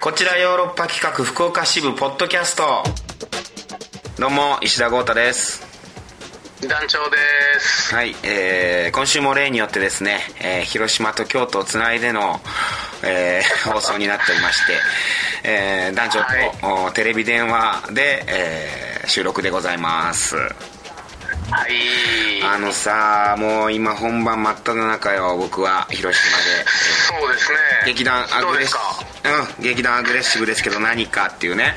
こちらヨーロッパ企画福岡支部ポッドキャストどうも石田豪太です団長ですはい、えー今週も例によってですね、えー広島と京都をつないでの、えー 放送になっておりまして、えー男女と、おテレビ電話で、えー収録でございますはいあのさもう今本番真っ只中よ僕は広島で、そうですね劇団アどうグレでッすシかブ、うん、劇団アグレッシブですけど何かっていうね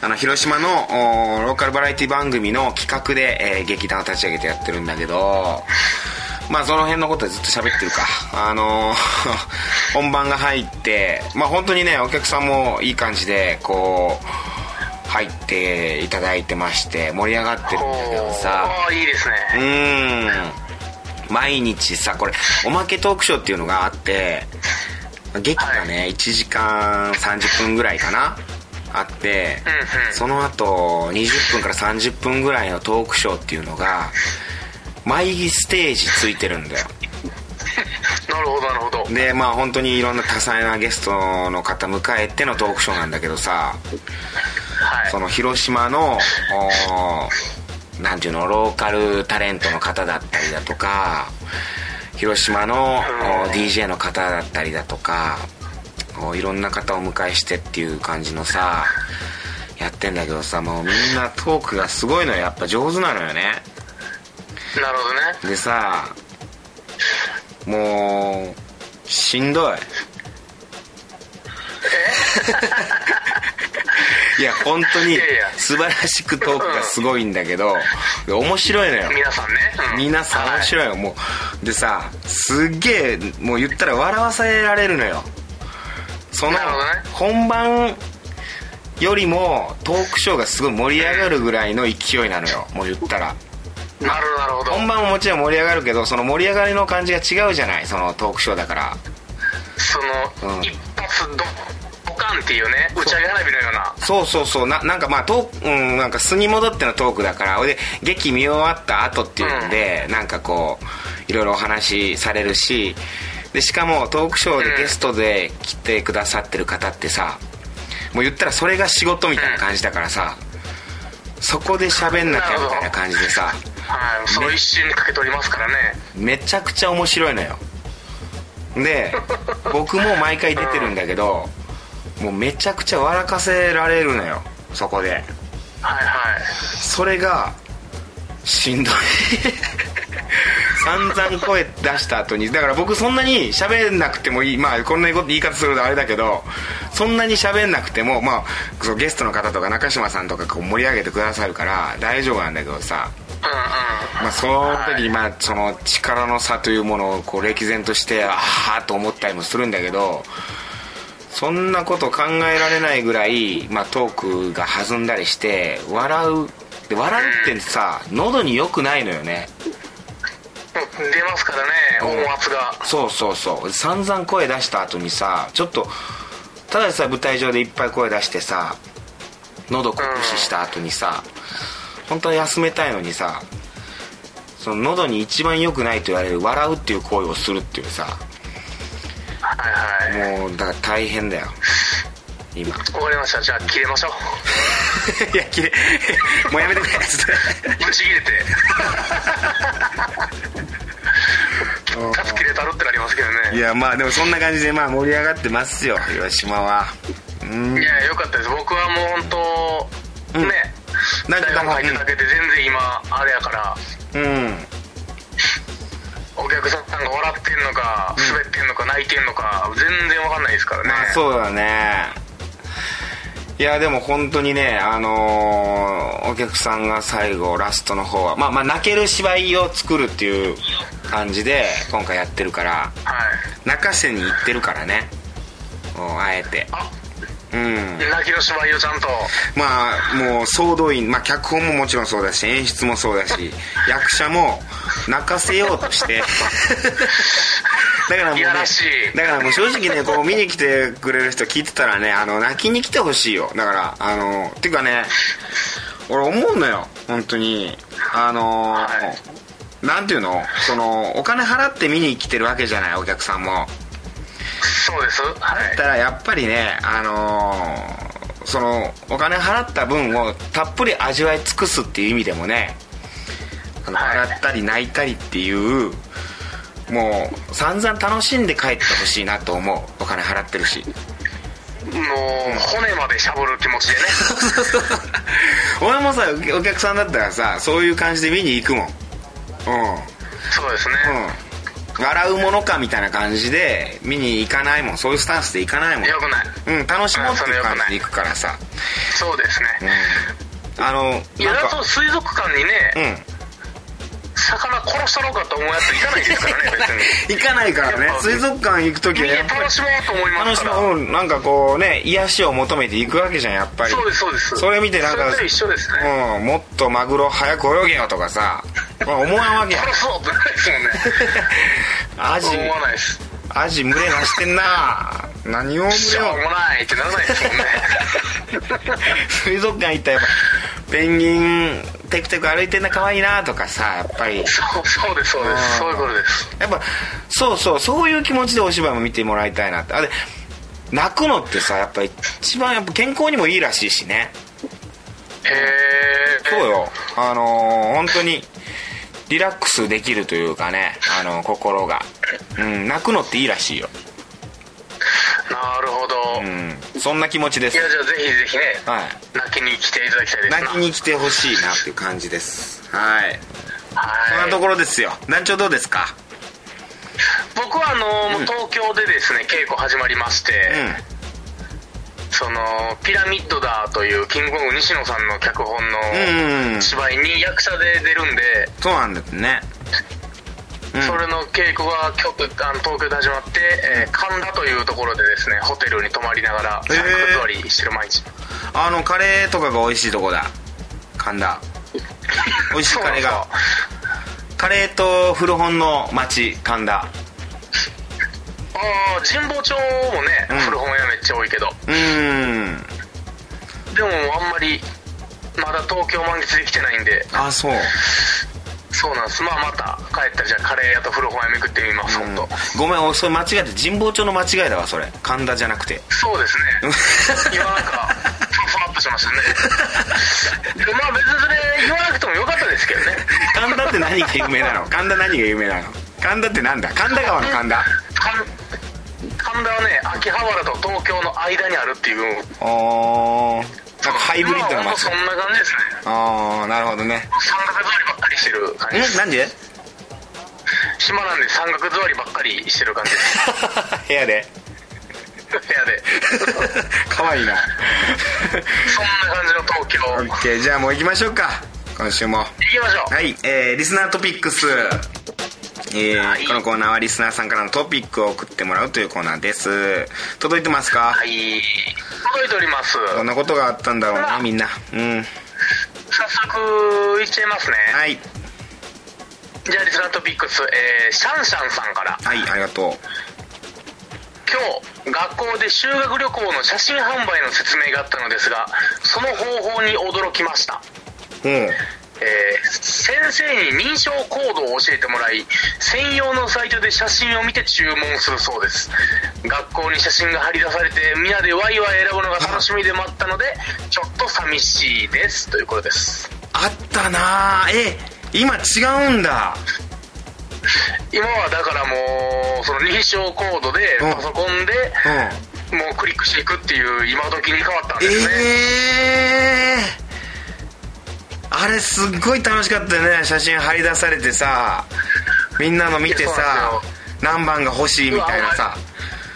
あの広島のおーローカルバラエティ番組の企画で、えー劇団を立ち上げてやってるんだけどまあその辺のことでずっと喋ってるかあのー 本番が入ってまあ本当にねお客さんもいい感じでこう入っていただいてまして盛り上がってるんだけどさおーいいですねうーん毎日さこれおまけトークショーっていうのがあって劇がね、1時間30分ぐらいかなあって、うんうんその後20分から30分ぐらいのトークショーっていうのが毎ステージついてるんだよなるほどなるほどはいでまあ本当にいろんな多彩なゲストの方迎えてのトークショーなんだけどさその広島のおーなんていうのローカルタレントの方だったりだとか広島のおー DJ の方だったりだとかこういろんな方をお迎えしてっていう感じのさやってんだけどさもうみんなトークがすごいのよやっぱ上手なのよねなるほどねでさもうしんどい いや本当にいやいや素晴らしくトークがすごいんだけど面白いのよ皆さんね、うん皆さん面白いよもうでさすっげえもう言ったら笑わせられるのよそのなるほどね本番よりもトークショーがすごい盛り上がるぐらいの勢いなのよもう言ったらなるほどなるほど本番ももちろん盛り上がるけどその盛り上がりの感じが違うじゃないそのトークショーだからその、うん一発ドボカンっていうね打ち上げ花火のようなそうそうそうななんかまあトーク、うん、なんか素に戻ってのトークだからほいで劇見終わった後っていうんで、なんかこういろいろお話しされるしでしかもトークショーでゲストで来てくださってる方ってさもう言ったらそれが仕事みたいな感じだからさそこで喋んなきゃみたいな感じでさはいその一瞬にかけておりますからねめちゃくちゃ面白いのよで僕も毎回出てるんだけどもうめちゃくちゃ笑かせられるのよそこではいはいそれがしんどい散々声出した後にだから僕そんなに喋んなくてもいいまあこんな言い方するとあれだけどそんなに喋んなくてもまあそのゲストの方とか中島さんとかこう盛り上げてくださるから大丈夫なんだけどさうんうんまあ、その時にまあその力の差というものをこう歴然としてああと思ったりもするんだけどそんなこと考えられないぐらい、まあ、トークが弾んだりして笑うで笑うってさ喉に良くないのよねうん出ますからね音圧が、そうそうそう散々声出した後にさちょっとただでさ舞台上でいっぱい声出してさ喉酷使した後にさ本当は休めたいのにさその喉に一番良くないと言われる笑うっていう行為をするっていうさはいはいもうだから大変だよ今終わりましたじゃあ切れましょう いやきれい もうやめてくれちょっとぶち切れてカツ切れたろってなりますけど いねやまあでもそんな感じでまあ盛り上がってますよ広島はうんいやよかったです僕はもう本当、うんねなん大か学入っただけで全然今あれやからうんお客さんが笑ってんのか滑ってんのか泣いてんのか全然わかんないですからね、まあそうだねいやでも本当にねあのーお客さんが最後ラストの方はまあまあ泣ける芝居を作るっていう感じで今回やってるからはい泣かせに行ってるからねもうあえてあうん泣きの芝居をちゃんとまあもう総動員まあ脚本ももちろんそうだし演出もそうだ し役者も泣かせようとしてだからもういねやらしいだからもう正直ねこう見に来てくれる人聞いてたらねあの泣きに来てほしいよだからあのていうかね俺思うのよ本当にあのはなんていうのそのお金払って見に来てるわけじゃないお客さんもそうですはいだったらやっぱりねあのそのお金払った分をたっぷり味わい尽くすっていう意味でもねあのはい笑ったり泣いたりっていうもう散々楽しんで帰ってほしいなと思うお金払ってるしもう骨までしゃぶる気持ちでね 俺もさお客さんだったらさそういう感じで見に行くもんうんそうですね、うん笑うものかみたいな感じで見に行かないもんそういうスタンスで行かないもんよくないうん楽しもうっていう感じで行くからさそうですね、うんあのいやなんだかと水族館にね、うん魚殺したろうかと思うやつ行かないですからね 別に行かないからねやっぱ水族館行く時はみんなやっぱり楽しもうと思いま楽すしからむうんなんかこうね癒しを求めて行くわけじゃんやっぱりそうですそうですそれ見てなんかそれと一緒ですね、うんもっとマグロ早く泳げよとか さまあ思わんわけや殺そうってないで すもんねアジ思わないですアジ群れなしてんな何を群れをしょうもないってならないですも んね水族館行ったらやっぱペンギンテクテク歩いてんな可愛いなとかさやっぱりそうそうですそうでうんすそういうことですやっぱそうそうそういう気持ちでお芝居も見てもらいたいなってあで泣くのってさやっぱ一番やっぱ健康にもいいらしいしねへえそうよあのー本当にリラックスできるというかね、あの心が、うん、泣くのっていいらしいよ、なるほど、ういやん、そんな気持ちですじゃあぜひぜひねはい泣きに来ていただきたいですな泣きに来てほしいなっていう感じですはいそんはないところですよ団長どうですか僕はあの、東京でですね稽古始まりまして、うそのピラミッドだというキングコング西野さんの脚本うんの芝居に役者で出るんで、んそうなんですねうんそれの稽古が京都あの東京で始まって、えー神田というところでですねホテルに泊まりながらへーサイ座りしてる毎日、あのカレーとかが美味しいとこだ神田美味しいカレーがカレーと古本の町神田ああー神保町もね、うん古本屋めっちゃ多いけどうーんでもあんまりまだ東京満喫できてないんであそう、そうなんですまあまた帰ったらじゃあカレー屋と古本屋めくってみます、うん本当ごめん俺それ間違えた神保町の間違いだわそれ神田じゃなくてそうです ね今なんかファッとしましたねでまあ別にそれ言わなくてもよかったですけどね神田って何が有名なの神田何が有名なの神田ってなんだ神田川の神田神神田はね秋葉原と東京の間にあるっていうおーなんかハイブリッドなまあ町そんな感じですねああなるほどね三角座りばっかりしてる感じでんすなんで 暇なんで三角座りばっかりしてる感じです部屋で 部屋で可愛いなそんな感じの東京オ行ッケーじゃあもう行きましょうか今週もきましょうはい、えー、リスナートピックス、えーはいこのコーナーはリスナーさんからのトピックを送ってもらうというコーナーです届いてますか、はい届いておりますどんなことがあったんだろうねあらみんなうん早速いっちゃいますね、はいじゃあリスナートピックス、えーシャンシャンさんからはいありがとう今日学校で修学旅行の写真販売の説明があったのですがその方法に驚きましたうんえー先生に認証コードを教えてもらい専用のサイトで写真を見て注文するそうです学校に写真が貼り出されて皆でワイワイ選ぶのが楽しみでもあったのでちょっと寂しいですということですあったなーえ今違うんだ今はだからもうその認証コードでうんパソコンうんでもうクリックしていくっていう今時に変わったんですね、ええー、あれすっごい楽しかったよね写真張り出されてさみんなの見ていやそうさなんで何番が欲しいみたいなさ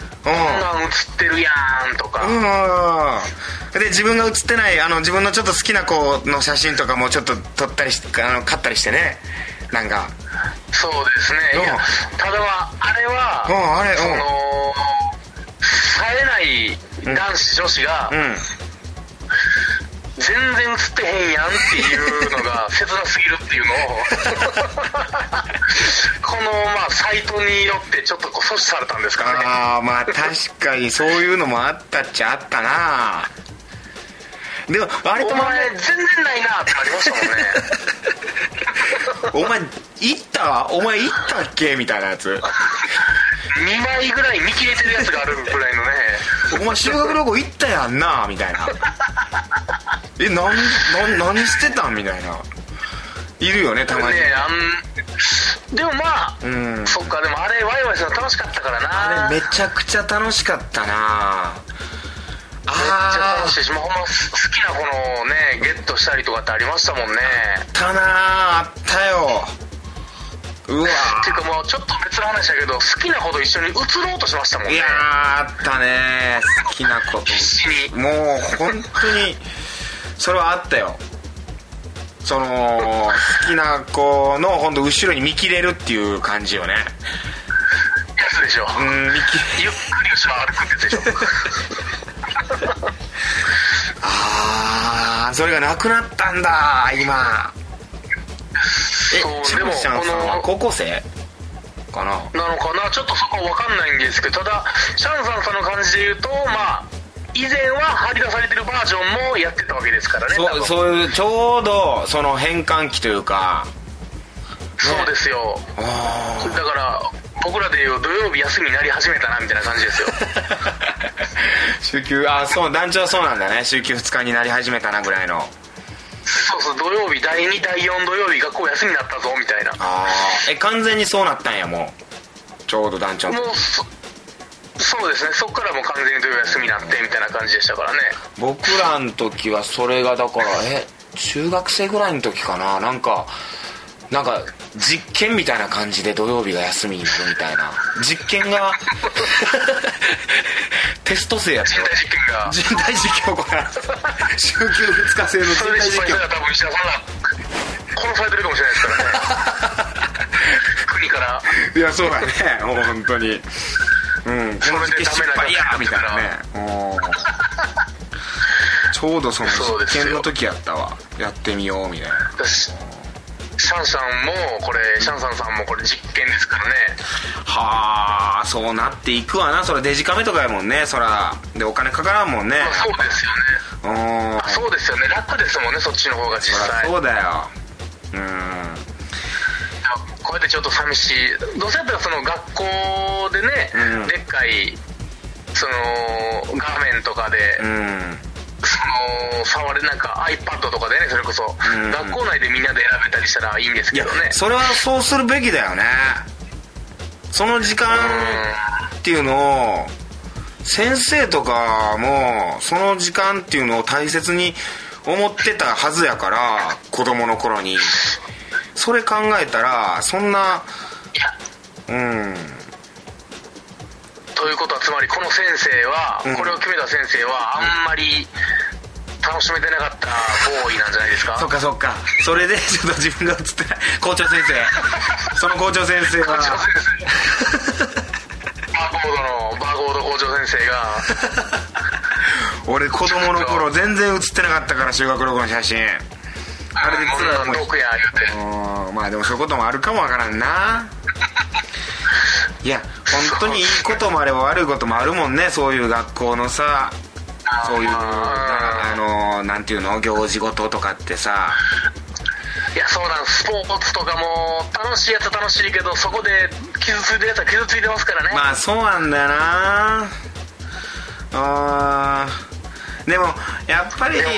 うんこんなん映ってるやんとか、うんで自分が写ってないあの自分のちょっと好きな子の写真とかもちょっと撮ったりしあの買ったりしてねなんかそうですね、うんいやただまああれは、うんあれうんその冴えない男子、女子が、うん全然映ってへんやんっていう のが切なすぎるっていうのをこの、まあ、サイトによってちょっとこう阻止されたんですからねああまあ確かにそういうのもあったっちゃあったなでもあれおとも前全然ないなってありましたもん ねお前行ったお前行ったっけみたいなやつ2枚ぐらい見切れてるやつがあるぐらいのねお前修学旅行行ったやんなみたいなえ何何何してたんみたいないるよねたまに、ねあんでもまあ、うんそっかでもあれワイワイするの楽しかったからなあれめっめちゃくちゃ楽しかったなちゃあ楽しいし、まあ、ほんま好きな子のねゲットしたりとかってありましたもんねあったなああったようわっていうかもうちょっと別の話だけど好きな子と一緒に移ろうとしましたもんいねやーあったね好きなこと必死にもう本当にそれはあったよその好きな子の本当後ろに見切れるっていう感じよねやつでしょ、うん見切ゆっくり後ろ歩くってやつでしょああそれがなくなったんだ今えそうちでむもちゃんさんこはの高校生かななのかなちょっとそこは分かんないんですけどただシャンさんさんの感じで言うとまあ以前は張り出されてるバージョンもやってたわけですからね多そうそ分ういうちょうどその変換期というかそうですよあだから僕らでいう土曜日休みになり始めたなみたいな感じですよー 週休あーそう団長はそうなんだね週休2日になり始めたなぐらいのそうそう土曜日第2第4土曜日学校休みになったぞみたいなああえ完全にそうなったんやもうちょうど団長もうそそうですねそっからもう完全に土曜休みになってみたいな感じでしたからね僕らの時はそれがだからえ中学生ぐらいの時かななんかなんか実験みたいな感じで土曜日が休みになるみたいな実験 がテスト生やった人よ体実験が 人体実験を行われた週休2日制の人それで体実失敗し験たら多分石田さんが殺されてるかもしれないですからね国からいやそうだねもう本当に うんこのそ実れで験失敗やみたいなねうん ちょうどそのそうです実よ験の時やったわやってみようみたいなシャンシャンもこれシャンシャンさんもこれ実験ですからねはあそうなっていくわなそれデジカメとかやもんねそらでお金かからんもんねまあそうですよねうんそらそうですよね楽ですもんねそっちの方が実際そうだようんこれでちょっと寂しいどうせやったらその学校でね、うんでっかいその画面とかで、うんその触れなんか iPad とかでねそれこそ、うん学校内でみんなで選べたりしたらいいんですいけやどねそれはそうするべきだよねその時間っていうのを先生とかもその時間っていうのを大切に思ってたはずやから子供の頃にそれ考えたらそんないやうんということはつまりこの先生は、うんこれを決めた先生はあんまり楽しめてなかったボーイなんじゃないですかそっかそっかそれでちょっと自分が映ってない校長先生その校長先生校は長 先生バーコードのバーコード校長先生が俺子供の頃全然映ってなかったから修学旅行の写真あれでこんなん毒や言うてうんまあでもそういうこともあるかもわからんないや本当にいいこともあれば悪いこともあるもんねそういう学校のさそういうなあのなんていうの行事ごととかってさいやそうなんスポーツとかも楽しいやつは楽しいけどそこで傷ついてるやつは傷ついてますからね、まあそうなんだよなあーでもやっぱり、うん、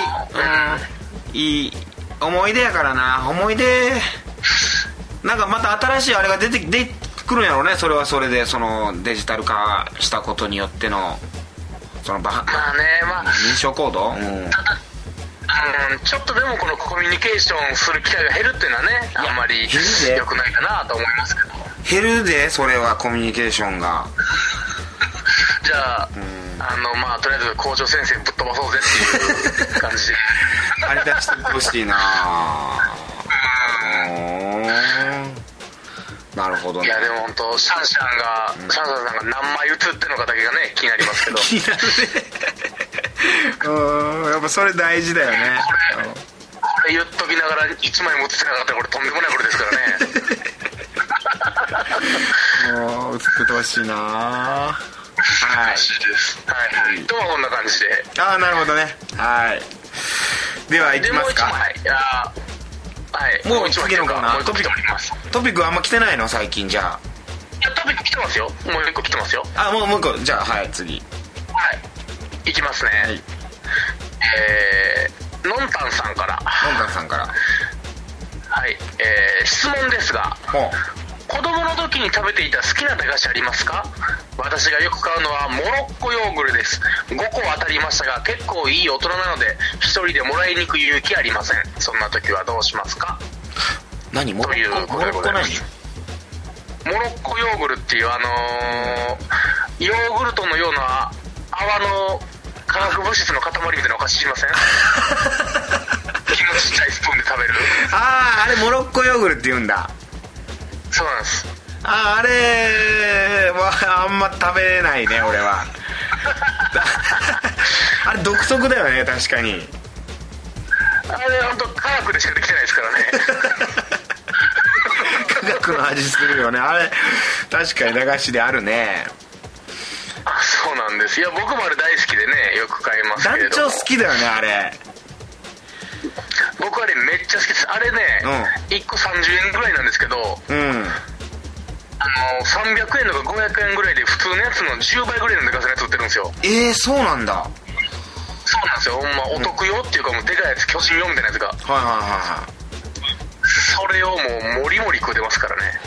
いい思い出やからな思い出なんかまた新しいあれが出て出てくるんやろうねそれはそれでそのデジタル化したことによってのそのばまあねまあ認証コード、うん、うん、ちょっとでもこのコミュニケーションする機会が減るっていうのはねあんまり減るぜ良くないかなと思いますけど減るでそれはコミュニケーションがじゃああのまあとりあえず校長先生ぶっ飛ばそうぜっていう感 じで張り出してほしいなうんなるほどねい やでも本当シャンシャンが、シャンシャンさんが何枚打つってのかだけがね気になり ますけど気になるねうんやっぱそれ大事だよねこれ言っときながら1枚も打つってなかったらこれとんでもないことですからねもう作ってほしいなはいしいです。はい。とはこんな感じで。ああなるほどねはいでは行きで、もまうす一か枚。あーはい。もう一枚次のコーナーもう一個来ております。トピックあんま来てないの最近じゃあいや、多分来てますよもう一個来てますよあもうもう一個じゃあはい次はいいきますね、はいえー、のんたんさんからロンタンさんからはい、えー、質問ですがほ子供の時に食べていた好きな駄菓子ありますか私がよく買うのはモロッコヨーグルです5個当たりましたが結構いい大人なので1人でもらいに行く勇気ありませんそんな時はどうしますかう何モロといッうコこモロッコとでございま何すモロッコヨーグルっていうあのー、ヨーグルトのような泡の化学物質の塊みたいなお菓子知 りません気持ちっちゃいスプーンで食べるあああれモロッコヨーグルって言うんだそうなんですああれはあんま食べないね俺は あれ独特だよね確かにあれ本当科学でしかできてないですからね 科学の味するよねあれ確かに駄菓子であるねあそうなんですいや僕もあれ大好きでねよく買います団けれど長も好きだよねあれ僕あれめっちゃ好きですあれね、1個30円ぐらいなんですけどうんあの300円とか500円ぐらいで普通のやつの10倍ぐらいのでかさのやつ売ってるんですよええそうなんだはいそうなんですよほんまお得用っていうかもうでかいやつ巨人用みたいなやつがはいはいはいそれをもうモリモリ食うてますからね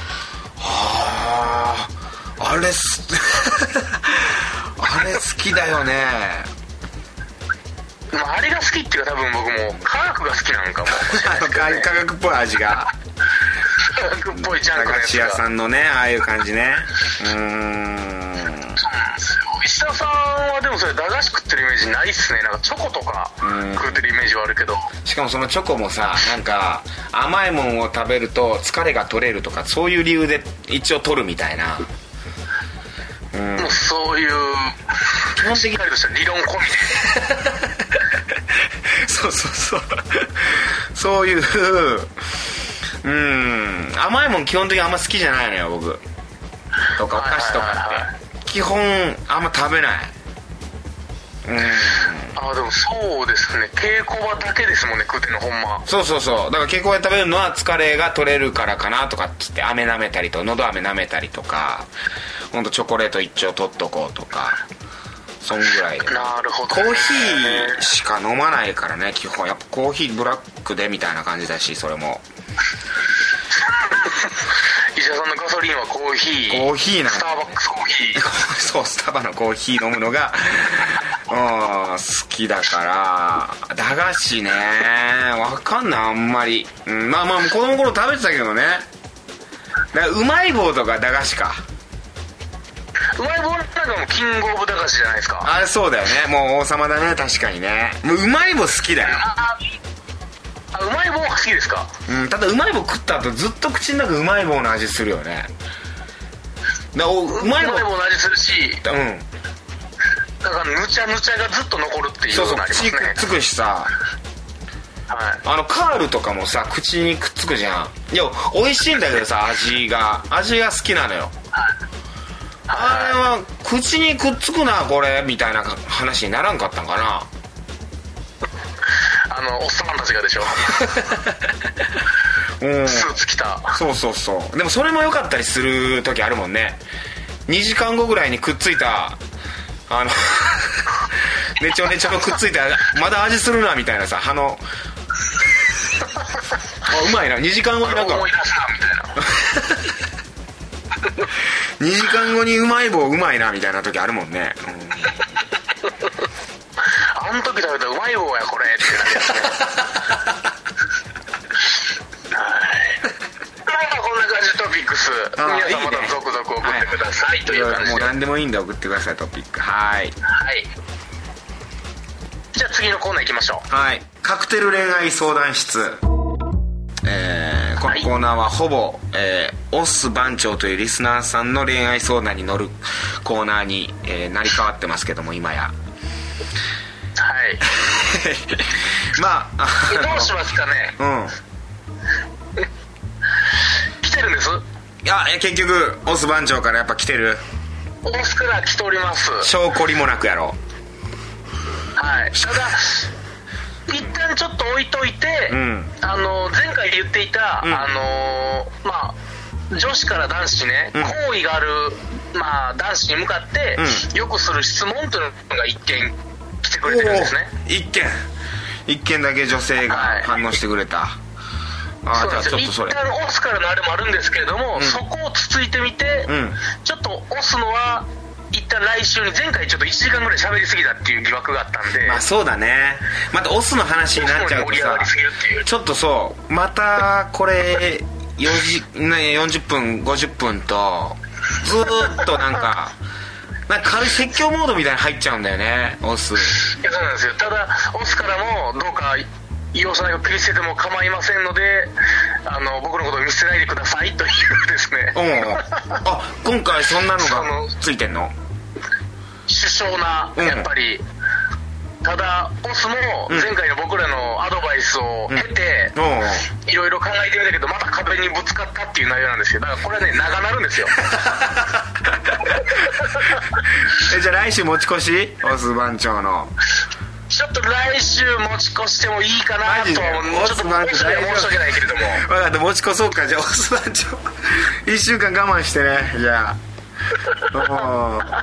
あああれす あれ好きだよねまああれが好きっていうか多分僕もう科学が好きなんかもしれなあいでのすけど、科ね、学っぽい味が科学っぽいジャン駄クのや菓つ子屋がさんのねああいう感じねうーん石田さんはでもそれ駄菓子食ってるイメージないっすねなんかチョコとかうん食ってるイメージはあるけどしかもそのチョコもさなんか甘いもんを食べると疲れが取れるとかそういう理由で一応取るみたいなもうそういう基本的なりとした理論込み そうそうそうそういううん甘いもん基本的にあんま好きじゃないのよ僕とかお菓子とはいはいかはって基本あんま食べないうんでああでもそうですね稽古場だけですもんね食ってんのほんまそうそうそうだから結構食べるのは疲れが取れるからかなとかっつって飴舐めたりと喉飴舐めたりとかほんとチョコレート一丁取っとこうとかそんぐらいでなるほどコーヒねーしか飲まないからね基本やっぱコーヒーブラックでみたいな感じだしそれも石田さんのガソリンはコーヒーコーヒーなんスターバックスコー ヒーそうスタバのコーヒー飲むのがうん好きだから駄菓子ねわかんないあんまり、うん、まあまあ子供の頃食べてたけどねだからうまい棒とか駄菓子かうまい棒なんかもキングオブ駄菓子じゃないですかあれそうだよねもう王様だね確かにねもううまい棒好きだよ、ああうまい棒が好きですかうん、ただうまい棒食った後ずっと口の中うまい棒の味するよねだおうまい棒うまい棒の味するしうんだからぬちゃぬちゃがずっと残るっていうそうのそうがありま口すねにくっつくしさはいあのカールとかもさ口にくっつくじゃんいや美味しいんだけどさ味が味が好きなのよあれは口にくっつくなこれみたいな話にならんかったんかなあのおっさんたちがでしょうんスーツ着たそうそうそうでもそれも良かったりする時あるもんね2時間後ぐらいにくっついたあの ねちょねちょのくっついたまだ味するなみたいなさあの あうまいな2時間後になんか思い出したみたいな2時間後にうまい棒うまいなみたいな時あるもんね、うんあの時食べたうまい棒やこ れってなりますねはいなんかこんな感じでトピックスあー皆さんいいまたね続々送ってくださいという感じもうで何でもいいんで送ってくださいトピックはいはいじゃあ次のコーナー行きましょうはいカクテル恋愛相談室えーこのコーナーはほぼ、えーオス番長というリスナーさんの恋愛相談に乗るコーナーに、えー成り変わってますけども今や はいまああ どうしますかねのうん来てるんですいやえ結局オス番長からやっぱ来てる大須から来ております証拠りもなくやろはい、ただ、一旦ちょっと置いといて、うんあの前回言っていた、うんあのまあ、女子から男子ね、うん好意がある、まあ、男子に向かって、うんよくする質問というのが一件来てくれてるんですねおー一件一件だけ女性がはい反応してくれた、あそあうじゃなんあちですょよっとそ一れ旦押すからのあれもあるんですけれども、んそこをつついてみて、うんちょっと押すのは一旦来週に前回ちょっと1時間ぐらい喋りすぎたっていう疑惑があったんで、まあそうだねまたオスの話になっちゃうオスの盛とり上さがりすぎるっていうちょっとそうまたこれ4時、ね、40分50分とずーっとなんかなんか軽い説教モードみたいに入っちゃうんだよねオスいやそうなんですよただオスからもどうか容赦なく切り捨てても構いませんのであの僕のことを見捨てないでくださいというですねうんあ今回そんなのそがのついてんの首相なうんやっぱり、ただオスもん前回の僕らのアドバイスを経て、うんいろいろ考えてみたけどまた壁にぶつかったっていう内容なんですよだからこれはね長なるんで すよえじゃあ来週持ち越しオス番長のちょっと来週持ち越してもいいかなマジとでは思うちょっとオスマン大申し丈夫訳ないけれども分かった持ち越そうかじゃあオス番長1週間我慢してねじゃあおー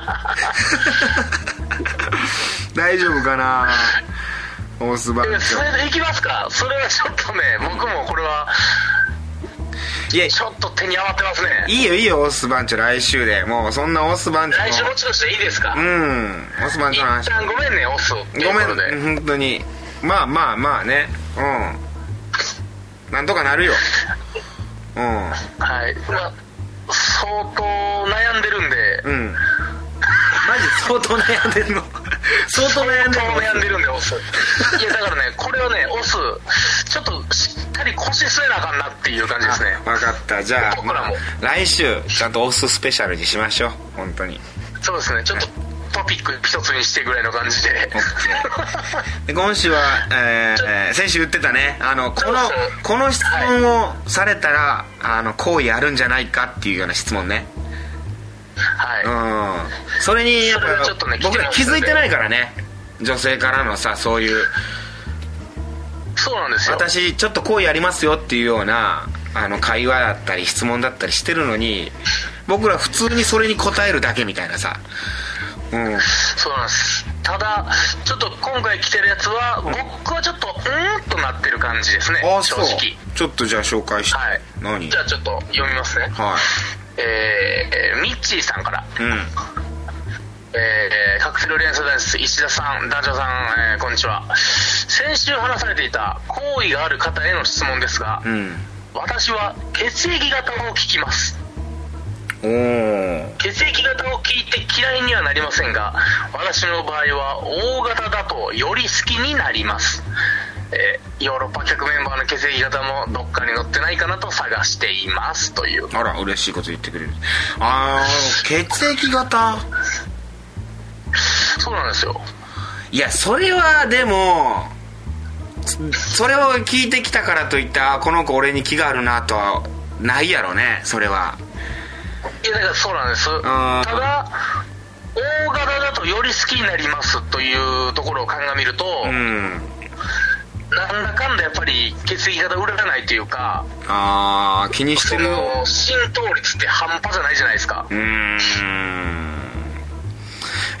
大丈夫かなオス番いやそ長れでいきますかそれはちょっとね僕もこれはいやいちょっと手に余ってますねいよいいよオス番長来週でもうそんなオス番長の来週持ち越していいですかうんオス番一長の話旦ごめんねオスごごめんで本当にまあまあまあねうんなんとかなるようはい、まあ、相当悩んでるんで、んうんマジ相当悩んでんの相当悩んでんの相当悩んでるんで、オス。 いや、だからね、これはね、オス、ちょっとしっかり腰据えなあかんなっていう感じですね。分かったじゃあ、僕らもまあ来週ちゃんとオススペシャルにしましょう本当にそうですね、ちょっとトピック一つにしてぐらいの感じで。で今週は、えー、先週言ってたねあのこのそうそうこの質問をされたらあの好意あるんじゃないかっていうような質問ね はい。うんそれにやっぱそれはちょっとね僕ら気来てまづすんでいてないからね女性からのさそういうそうなんですよ。私ちょっと好意ありますよっていうようなあの会話だったり質問だったりしてるのに僕ら普通にそれに答えるだけみたいなさうんそうなんです。ただ、ちょっと今回来てるやつは、僕はちょっと、うーんとなってる感じですね。ああ正そう直。ちょっとじゃあ紹介して、はい。何じゃあちょっと読みますね。はえー、えーミッチーさんから。いうんえーカクテル連鎖です石田さん団長さん、えーこんにちは先週話されていた好意がある方への質問ですが、うん私は血液型を聞きますおー血液型を聞いて嫌いにはなりませんが私の場合は O 型だとより好きになります、えーヨーロッパ客メンバーの血液型もどっかに載ってないかなと探していますというあら嬉しいこと言ってくれるあー血液型そうなんですよいやそれはでもそそれを聞いてきたからといってあーこの子俺に気があるなとはないやろねそれはいやだからそうなんですたあーだ大型だとより好きになりますというところを鑑みると、うんなんだかんだやっぱり血液型占いというかあー気にしそてるの浸透率って半端じゃないじゃないですかうーん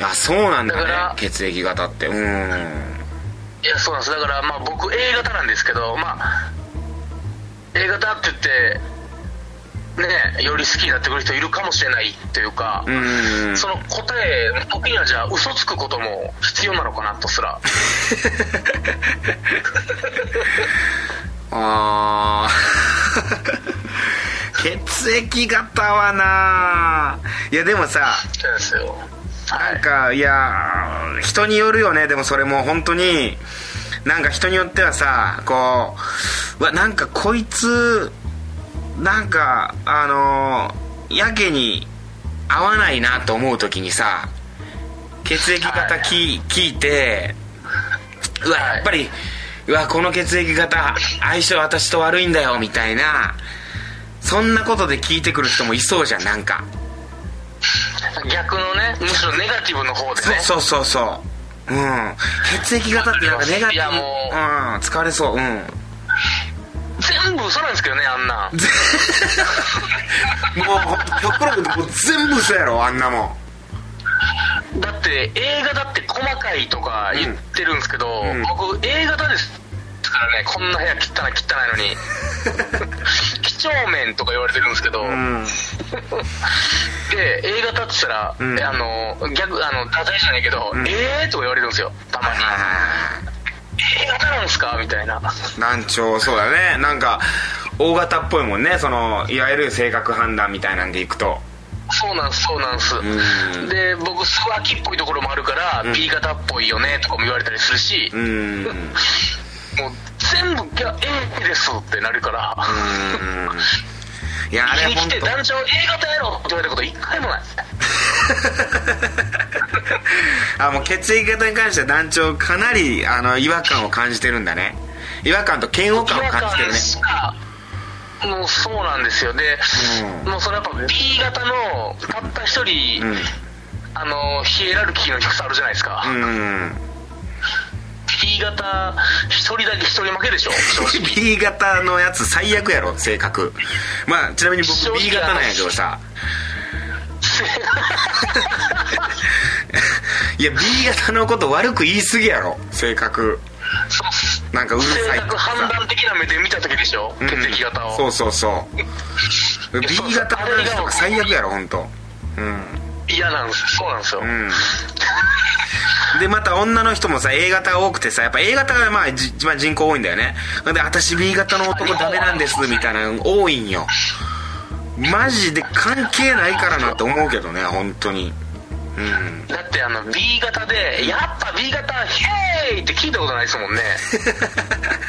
いやそうなんだかだらね血液型ってうーんいやそうなんですだからまあ僕 A 型なんですけどまあ A 型って言ってねより好きになってくる人いるかもしれないというか、うーんその答えの時にはじゃあ嘘つくことも必要なのかなとすらあー 血液型はないやでもさそうですよはいなんかいやー人によるよねでもそれも本当になんか人によってはさこううわなんかこいつなんかあのーやけに合わないなと思う時にさ血液型き、聞いてうわはいやっぱりうわこの血液型相性私と悪いんだよみたいなそんなことで聞いてくる人もいそうじゃんなんか。逆のねむしろネガティブの方でねそうそうそうそううん血液型ってなんかネガテいィやブもうん使われそううん全全部嘘なんですけどねあんなんもうほんと極力もう全部嘘やろあんなもんだって映画だって細かいとか言ってるんですけど、んうん僕映画だですからねこんな部屋汚い汚いのに 几帳面とか言われてるんですけど、うんで映画だってたら、んえあの逆あの多大じゃないけど、んええー、とか言われるんですよたまに映画なんですかみたいな難聴そうだねなんか大型っぽいもんねそのいわゆる性格判断みたいなんでいくとそうなんすそうなんす、んで僕素脇っぽいところもあるから、B 型っぽいよねとかも言われたりするし、うーんもう全部「いや A です」ってなるから、いやあれ家に本来当て団長 A 型やろって言われたこと一回もないあもう血液型に関しては団長かなりあの違和感を感じてるんだね違和感と嫌悪感を感じてるねしかもうそうなんですよで、うんもうそれやっぱ B 型のたった一人、うんあのヒエラルキーの低さあるじゃないですか、うん B 型一人だけ一人負けでしょ B 型のやつ最悪やろ性格まあちなみに正僕直 B 型なんやけど さいや B 型のこと悪く言い過ぎやろ性格そうっすなんかうるさい性とか格さ判断的な目で見た時でしょ、うん血液型をそうそうそう B そう型の話とか最悪やろ本当うん嫌なんですそうなんですよ、うんでまた女の人もさ A 型が多くてさやっぱ A 型がまあじ一番人口多いんだよねで私 B 型の男ダメなんですみたいなの多いんよマジで関係ないからなって思うけどね本当にうんだってあの B 型でやっぱ B 型ヘーイって聞いたことないですもんね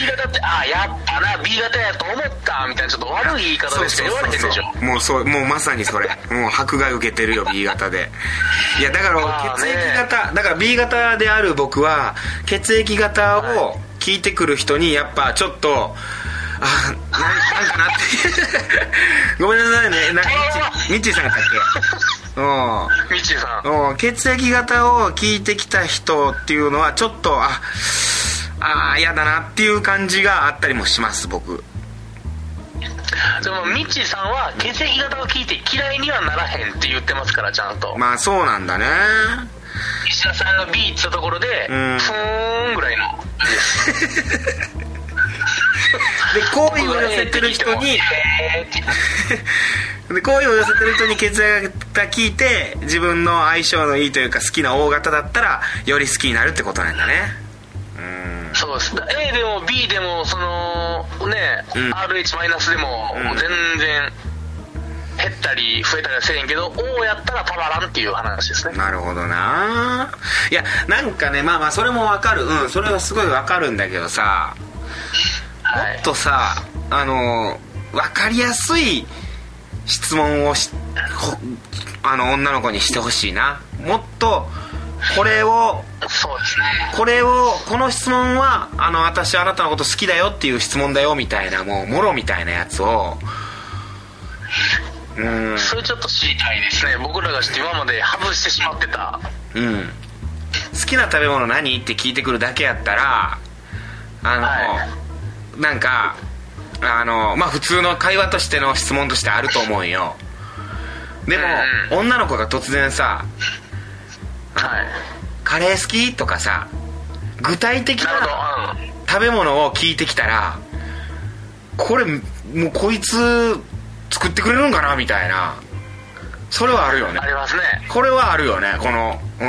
B 型ってああやっぱな B 型やと思ったみたいなちょっと悪い言い方でしか言われへんでしょもうそうもうまさにそれもう迫害受けてるよ B 型でいやだからまあ血ね液型だから B 型である僕は血液型を聞いてくる人にやっぱちょっと あななんかなってごめんなさいねなんかみっちーさんやったっけうんみちさんうん血液型を聞いてきた人っていうのはちょっとああー嫌だなっていう感じがあったりもします僕でもみちさんは血液型を聞いて嫌いにはならへんって言ってますからちゃんとまあそうなんだね石田さんが B って言ったところでふんーんぐらいので好意を寄せてる人にへーってで好意を寄せてる人に血液型聞いて自分の相性のいいというか好きな O 型だったらより好きになるってことなんだねそうです A でも B でもそのね、うん RH マイナスでもんもう全然減ったり増えたりはせえへんけど O やったらたまらんっていう話ですねなるほどないやなんかねまあまあそれもわかるうんそれはすごいわかるんだけどさはちょいっとさあのわかりやすい質問をしほあの女の子にしてほしいなもっとこれをそうですねこれをこの質問はあの私あなたのこと好きだよっていう質問だよみたいなもうもろみたいなやつをうんそれちょっと知りたいですね僕らがちょっと今まで外してしまってたうん好きな食べ物何って聞いてくるだけやったらあの、はなんかあのまあ普通の会話としての質問としてあると思うんよでも、女の子が突然さはい「カレー好き?」とかさ具体的なるほなど食べ物を聞いてきたらこれもうこいつ作ってくれるんかなみたいなそれはあるようんねありますねこれはあるよねこのう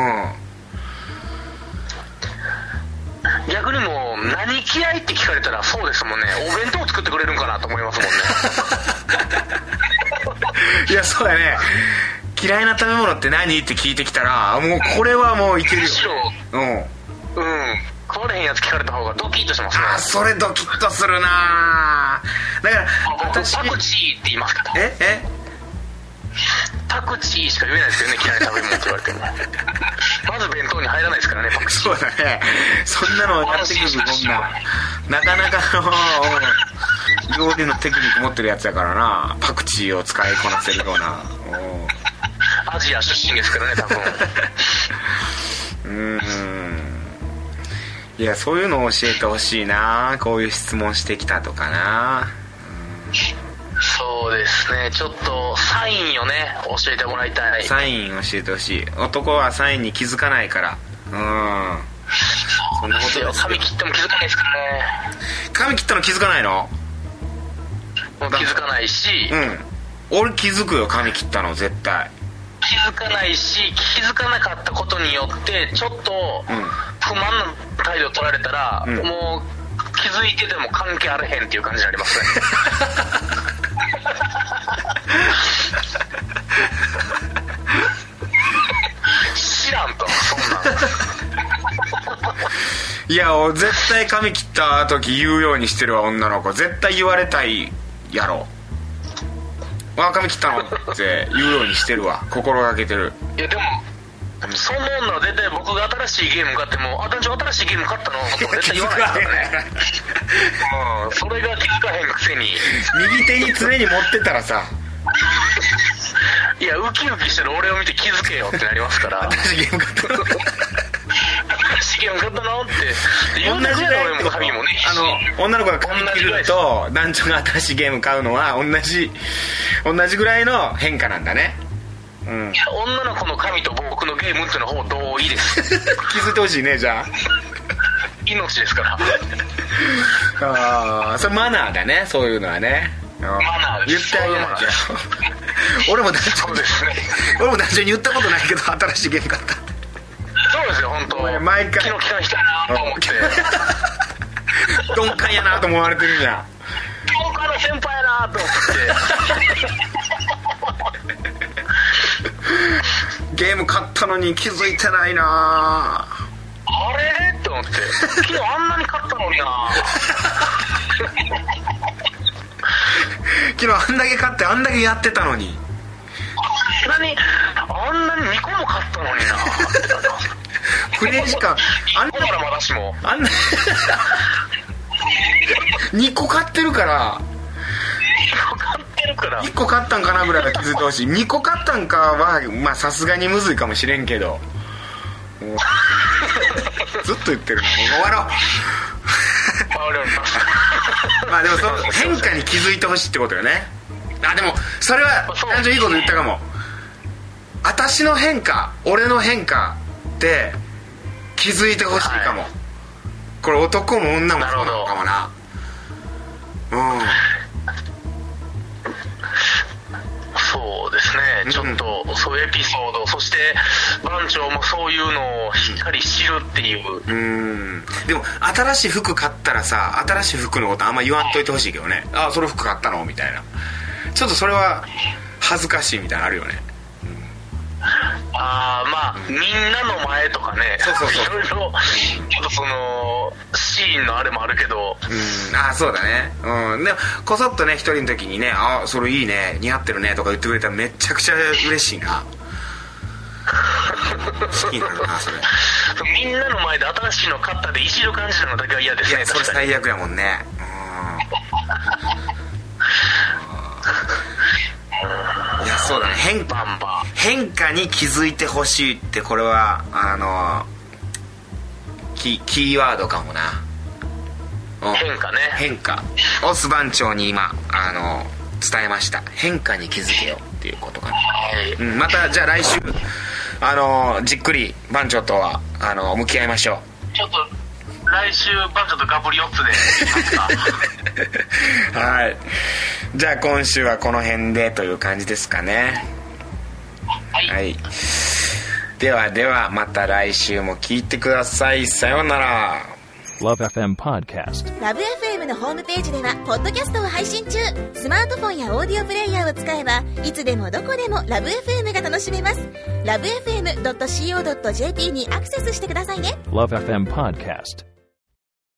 逆にもう何嫌いって聞かれたらそうですもんねお弁当作ってくれるんかなと思いますも んねんいやそうやね嫌いな食べ物って何って聞いてきたらもうこれはもういけるよむしろうんうん食われへんやつ聞かれた方がドキッとしますねあそれドキッとするなぁだからあ僕私パクチーって言いますからええパクチーしか言えないですよね嫌いな食べ物って言われてもまず弁当に入らないですからねパクチそうだねそんなのやってくるもんななかなかの料理のテクニック持ってるやつやからなパクチーを使いこなせるようなーアジア出身ですからね多分うんうーんいやそういうのを教えてほしいなこういう質問してきたとかなそうですねちょっとサインをね教えてもらいたいサイン教えてほしい男はサインに気づかないからうんそんなことです髪切っても気づかないですからね髪切ったの気づかないのもう気づかないし、うん俺気づくよ髪切ったの絶対気づかないし気づかなかったことによってちょっとうん不満な態度取られたら、うんもう気づいてても関係あれへんっていう感じになりますね知らんとそんなんいや俺絶対髪切った時言うようにしてるわ女の子絶対言われたいやろわ髪切ったのって言うようにしてるわ心がけてるいやでもそんな女は絶対僕が新しいゲーム買っても「あ団長新しいゲーム買ったの?」とか絶対言 わないですからねうんそれが気づかへんくせに右手に常に持ってたらさいやウキウキしてる俺を見て気づけよってなりますから私ゲーム買ったの新しいゲーム買ったのって言う同じぐらい俺も髪もねあの女の子が髪切ると男女が新しいゲーム買うのは同じ同じぐらいの変化なんだねうんいや女の子の髪と僕のゲームっていうのはほぼ同意です 気づいてほしいねじゃ命ですからあああそれマナーだねそういうのはねママナーで言っすてあげなきゃ 俺も男そう女でにすね俺も男女に言ったことないけど新しいゲーム買ったってそうですよ本お前当 毎回昨日来た人やなと思って鈍感やなと思われてるんや今日から先輩やなと思ってゲーム買ったのに気づいてないなあれって思って昨日あんなに勝ったのにな昨日あんだけ買ってあんだけやってたのにあんなにあんなに2個も勝ったのになプレイ時間あん1個ならまだしもあんな 2個買ってるから2個勝ってるから1個買ったんかなぐらいは気づいてほしい2個買ったんかはまあさすがにむずいかもしれんけどもうずっと言ってるなもう終わろ回れますうまあでもその変化に気づいてほしいってことよねあでもそれはそう男女いいこと言ったかも私の変化俺の変化って気づいてほしいかも、はいこれ男も女もそうなのかもなうんそうですねちょっとそういうエピソードそして番長もそういうのをしっかり知るっていううーんでも新しい服買ったらさ新しい服のことあんま言わんといてほしいけどねあその服買ったのみたいなちょっとそれは恥ずかしいみたいなのあるよねああまあみんなの前とかねそうそうそうろいろちょっとそのシーンのあれもあるけどうーんあそうだねうんでもこそっとね一人の時にねあそれいいね似合ってるねとか言ってくれたらめちゃくちゃ嬉しいな好きになるなそれみんなの前で新しいの買ったでいじる感じなのだけは嫌ですいねやそれ確かに最悪やもんねうんいやそうだね変化バンバ変化に気づいてほしいってこれはあのキキーワードかもなうん変化ね変化オス番長に今あの伝えました変化に気づけよっていうことかな、はいうん、またじゃあ来週あのじっくり番長とはあの向き合いましょうちょっと来週バンチョとガブリオッツで行きます かはいじゃあ今週はこの辺でという感じですかねはいはいではではまた来週も聞いてくださいさようなら Love FM Podcast. ラブ f m のホームページではポッドキャストを配信中スマートフォンやオーディオプレイヤーを使えばいつでもどこでもラブ f m が楽しめますラブ FM.co.jp にアクセスしてくださいね Love FM Podcast.